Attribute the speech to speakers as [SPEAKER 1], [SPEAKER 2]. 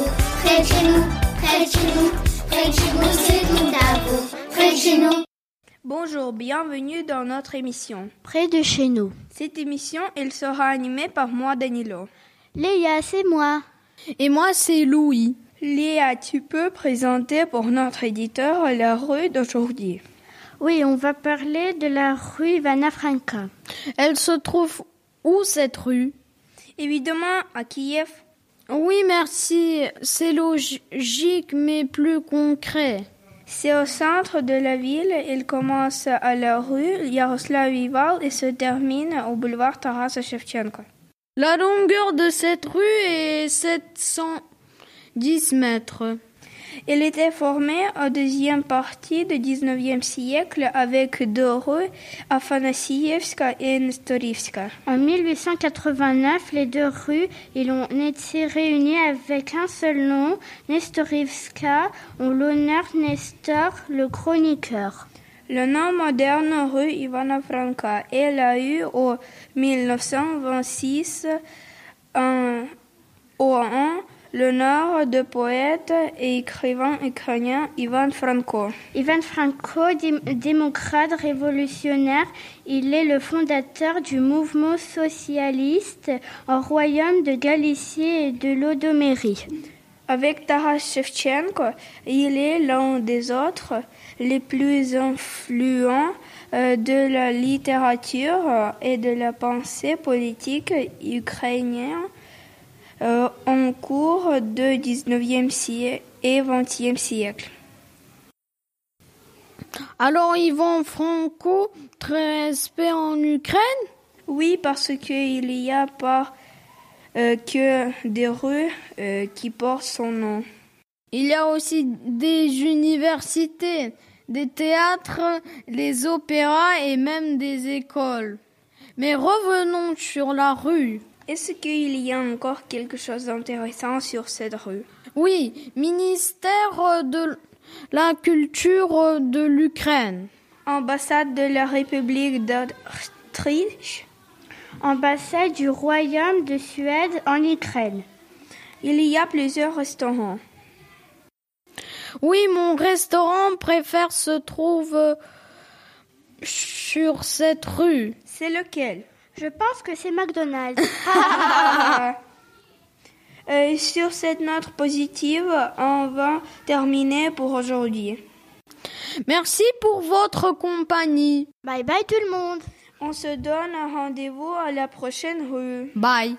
[SPEAKER 1] de chez nous, près de chez nous, près de chez vous, ce qu'on près de chez nous.
[SPEAKER 2] Bonjour, bienvenue dans notre émission.
[SPEAKER 3] Près de chez nous.
[SPEAKER 2] Cette émission, elle sera animée par moi, Danilo.
[SPEAKER 3] Léa, c'est moi.
[SPEAKER 4] Et moi, c'est Louis.
[SPEAKER 2] Léa, tu peux présenter pour notre éditeur la rue d'aujourd'hui.
[SPEAKER 3] Oui, on va parler de la rue Ivana Franca.
[SPEAKER 4] Elle se trouve où cette rue
[SPEAKER 2] Évidemment, à Kiev.
[SPEAKER 4] Oui, merci. C'est logique mais plus concret.
[SPEAKER 2] C'est au centre de la ville. Il commence à la rue Yaroslav Ival et se termine au boulevard Taras Shevchenko.
[SPEAKER 4] La longueur de cette rue est 710 mètres.
[SPEAKER 2] Il était formé en deuxième partie du XIXe siècle avec deux rues, Afanasievska et Nestorivska.
[SPEAKER 3] En 1889, les deux rues, ils ont été réunies avec un seul nom, Nestorivska, en l'honneur Nestor, le chroniqueur.
[SPEAKER 2] Le nom moderne rue Ivana Franka, elle a eu en 1926 un, au un l'honneur de poète et écrivain ukrainien Ivan Franko.
[SPEAKER 3] Ivan Franko, dé- démocrate révolutionnaire, il est le fondateur du mouvement socialiste au royaume de Galicie et de l'Odomérie.
[SPEAKER 2] Avec Taras Shevchenko, il est l'un des autres les plus influents euh, de la littérature euh, et de la pensée politique ukrainienne euh, en cours du 19e siècle et 20e siècle.
[SPEAKER 4] Alors Ivan Franco, très respect en Ukraine
[SPEAKER 2] Oui, parce qu'il n'y a pas euh, que des rues euh, qui portent son nom.
[SPEAKER 4] Il y a aussi des universités, des théâtres, les opéras et même des écoles. Mais revenons sur la rue.
[SPEAKER 2] Est-ce qu'il y a encore quelque chose d'intéressant sur cette rue
[SPEAKER 4] Oui, ministère euh, de la culture euh, de l'Ukraine.
[SPEAKER 2] Ambassade de la République d'Autriche.
[SPEAKER 3] Ambassade du royaume de Suède en Ukraine.
[SPEAKER 2] Il y a plusieurs restaurants.
[SPEAKER 4] Oui, mon restaurant préfère se trouve euh, sur cette rue.
[SPEAKER 2] C'est lequel
[SPEAKER 3] Je pense que c'est McDonald's.
[SPEAKER 2] Euh, Sur cette note positive, on va terminer pour aujourd'hui.
[SPEAKER 4] Merci pour votre compagnie.
[SPEAKER 3] bye bye tout le monde.
[SPEAKER 2] On se donne rendez-vous à la prochaine rue.
[SPEAKER 4] Bye.